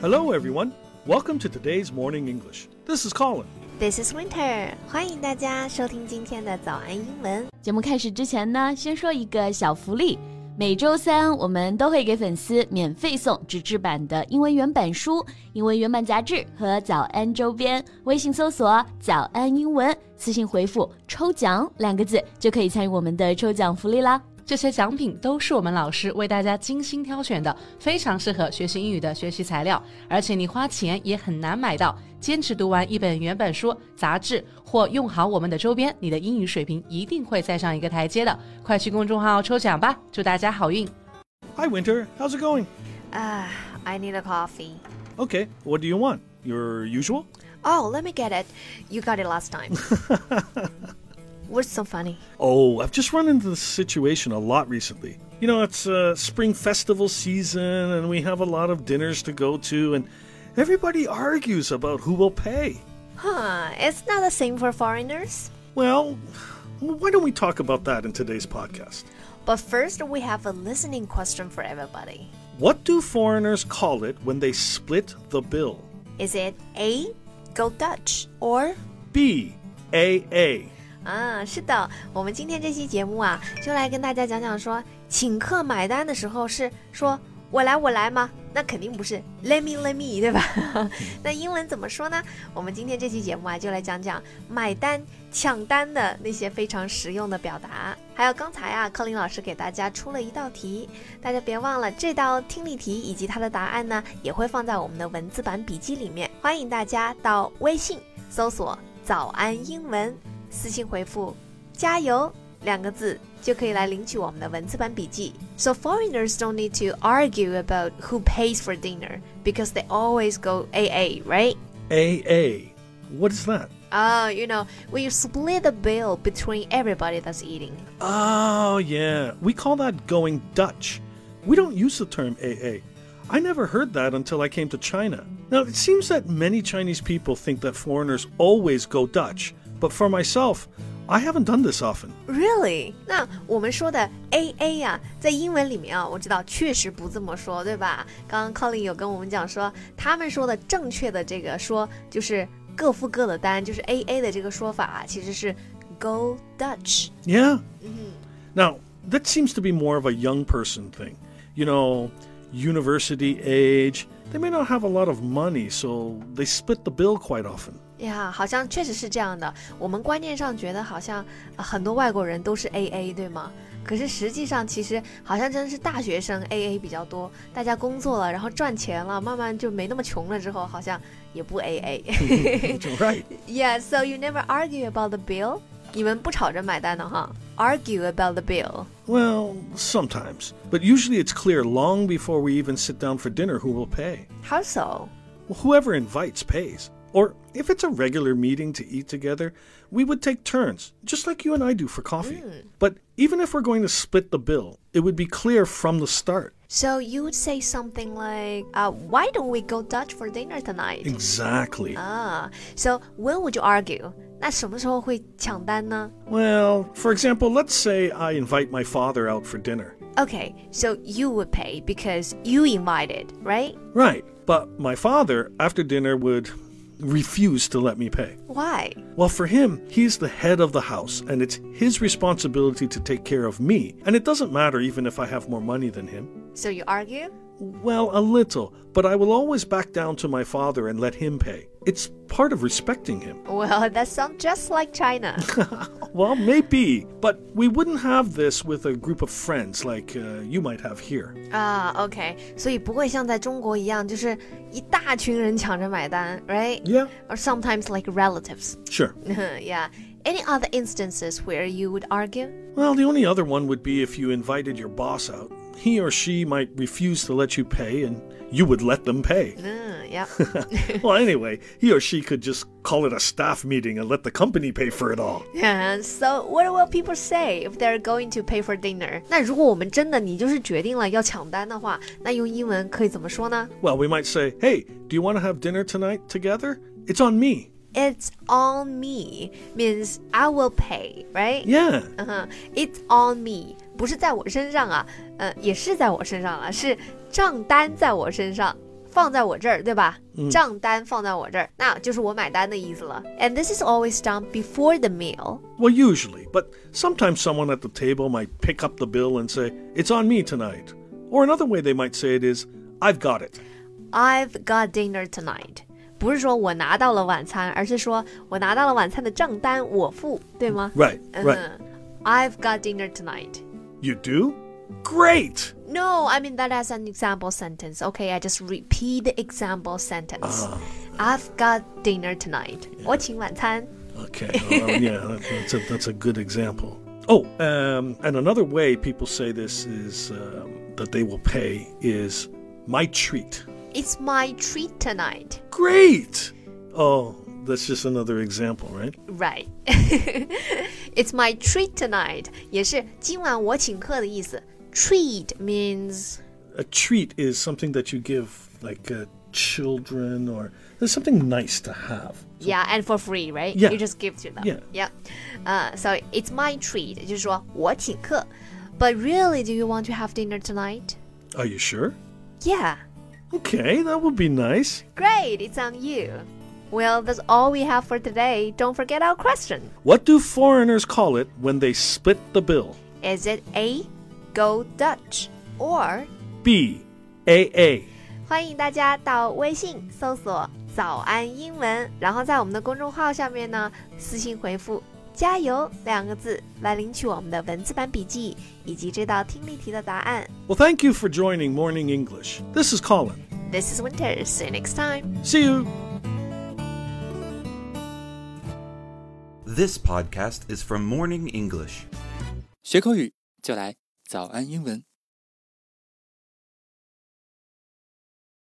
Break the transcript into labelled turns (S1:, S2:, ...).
S1: Hello, everyone. Welcome to today's Morning English. This is Colin.
S2: This is Winter，欢迎大家收听今天的早安英文。
S3: 节目开始之前呢，先说一个小福利。每周三我们都会给粉丝免费送纸质版的英文原版书、英文原版杂志和早安周边。微信搜索“早安英文”，私信回复“抽奖”两个字就可以参与我们的抽奖福利啦。
S4: 这些奖品都是我们老师为大家精心挑选的，非常适合学习英语的学习材料，而且你花钱也很难买到。坚持读完一本原本书、杂志，或用好我们的周边，你的英语水平一定会再上一个台阶的。快去公众号抽奖吧，祝大家好运！
S1: Hi, Winter. How's it going?
S2: 啊、i need a coffee.
S1: Okay, what do you want? Your usual?
S2: Oh, let me get it. You got it last time. What's so funny?
S1: Oh, I've just run into this situation a lot recently. You know, it's uh, spring festival season, and we have a lot of dinners to go to, and everybody argues about who will pay.
S2: Huh? It's not the same for foreigners.
S1: Well, why don't we talk about that in today's podcast?
S2: But first, we have a listening question for everybody.
S1: What do foreigners call it when they split the bill?
S2: Is it A, go Dutch, or
S1: B A A.
S2: 啊，是的，我们今天这期节目啊，就来跟大家讲讲说，请客买单的时候是说我来我来吗？那肯定不是 let me let me，对吧？那英文怎么说呢？我们今天这期节目啊，就来讲讲买单、抢单的那些非常实用的表达。还有刚才啊，柯林老师给大家出了一道题，大家别忘了这道听力题以及它的答案呢，也会放在我们的文字版笔记里面。欢迎大家到微信搜索“早安英文”，私信回复“加油”两个字就可以来领取我们的文字版笔记。So foreigners don't need to argue about who pays for dinner because they always go AA, right?
S1: AA. What is that?
S2: Oh, you know, when you split the bill between everybody that's eating.
S1: Oh, yeah. We call that going Dutch. We don't use the term AA. I never heard that until I came to China. Now, it seems that many Chinese people think that foreigners always go Dutch, but for myself, I haven't done this often.
S2: Really？那我们说的 A A 啊，在英文里面啊，我知道确实不这么说，对吧？刚刚 Colin 有跟我们讲说，他们说的正确的这个说就是各付各的单，就是 A A 的这个说法啊，其实是 Go Dutch。
S1: Yeah. Now, that seems to be more of a young person thing. You know, university age, they may not have a lot of money, so they split the bill quite often.
S2: 呀，好像确实是这样的。我们观念上觉得好像、呃很多外国人都是 A A，对吗？可是实际上，其实好像真的是大学生 A A 比较多。大家工作了，然后赚钱了，慢慢就没那么穷了，之后好像也不 A A。
S1: right.
S2: yeah, so you never argue about the bill. 你们不吵着买单的哈？Argue about the bill.
S1: Well, sometimes. But usually it's clear long before we even sit down for dinner who will pay.
S2: How so?
S1: Well, whoever invites pays. Or if it's a regular meeting to eat together, we would take turns, just like you and I do for coffee. But even if we're going to split the bill, it would be clear from the start.
S2: So you would say something like, uh, "Why don't we go Dutch for dinner tonight?"
S1: Exactly.
S2: 啊，So when would you argue？那什么时候会抢单呢
S1: Well, for example, let's say I invite my father out for dinner.
S2: ？Okay, so you would pay because you invited, right?
S1: Right. But my father, after dinner, would refuse to let me pay.
S2: Why?
S1: Well, for him, he's the head of the house, and it's his responsibility to take care of me, and it doesn't matter even if I have more money than him.
S2: So you argue?
S1: Well, a little, but I will always back down to my father and let him pay. It's part of respecting him.
S2: Well, that sounds just like China.
S1: Well, maybe, but we wouldn't have this with a group of friends like uh, you might have here.
S2: 啊，OK，所以 Ah, 不会像在中国一样，就是一大群人抢着买单，right?
S1: Yeah.
S2: Or sometimes like relatives.
S1: Sure.
S2: yeah. Any other instances where you would argue?
S1: Well, the only other one would be if you invited your boss out. He or she might refuse to let you pay, and you would let them pay.
S2: 嗯，Yeah.
S1: well, anyway, he or she could just call it a staff meeting and let the company pay for it all.
S2: Yeah, so what will people say if they're going to pay for dinner？那如果我们真的你就是决定了要抢单的话，那用英文可以怎么说呢
S1: Well, we might say, hey, do you want to have dinner tonight together? It's on me.
S2: ？It's on me means I will pay, right?
S1: Yeah.
S2: 嗯哼，It's on me 不是在我身上啊，呃，也是在我身上啊，是账单在我身上。放在我这儿，对吧？
S1: 嗯
S2: 账单放在我这儿，那就是我买单的意思了。And this is always done before the meal.
S1: Well, usually, but sometimes someone at the table might pick up the bill and say, It's on me tonight. Or another way they might say it is, I've got it.
S2: I've got dinner tonight. 不是说我拿到了晚餐，而是说我拿到了晚餐的账单我付，对吗？
S1: Right,
S2: 嗯
S1: right.
S2: 哼 I've got dinner tonight.
S1: You do? Great!
S2: No, I mean that as an example sentence. Okay, I just repeat the example sentence.
S1: Ah.
S2: I've got dinner tonight. 我请晚餐。
S1: Okay, well, yeah, that, that's, a, that's a good example. Oh, um, and another way people say this is um, that they will pay is my treat.
S2: It's my treat tonight.
S1: Great! Oh, that's just another example, right?
S2: Right. it's my treat tonight. 也是今晚我请客的意思。Treat means
S1: A treat is something that you give, like uh, children, or there's something nice to have.
S2: yeah, and for free, right?
S1: Yeah.
S2: You just give to them.
S1: Yeah.
S2: Yeah. Uh, so it's my treat. 就是说我请客. But really, do you want to have dinner tonight?
S1: Are you sure?
S2: Yeah.
S1: Okay, that would be nice.
S2: Great, it's on you. Well, that's all we have for today. Don't forget our question.
S1: What do foreigners call it when they split the bill?
S2: Is it A, go Dutch, or
S1: B. AA.
S2: 欢迎大家到微信搜索“早安英文”，然后在我们的公众号下面呢私信回复“加油”两个字来领取我们的文字版笔记以及这道听力题的答案。
S1: Well, thank you for joining Morning English. This is Colin.
S2: This is Winter. See you next time.
S1: See you.
S5: This podcast is from Morning English.
S6: 学口语就来早安英文。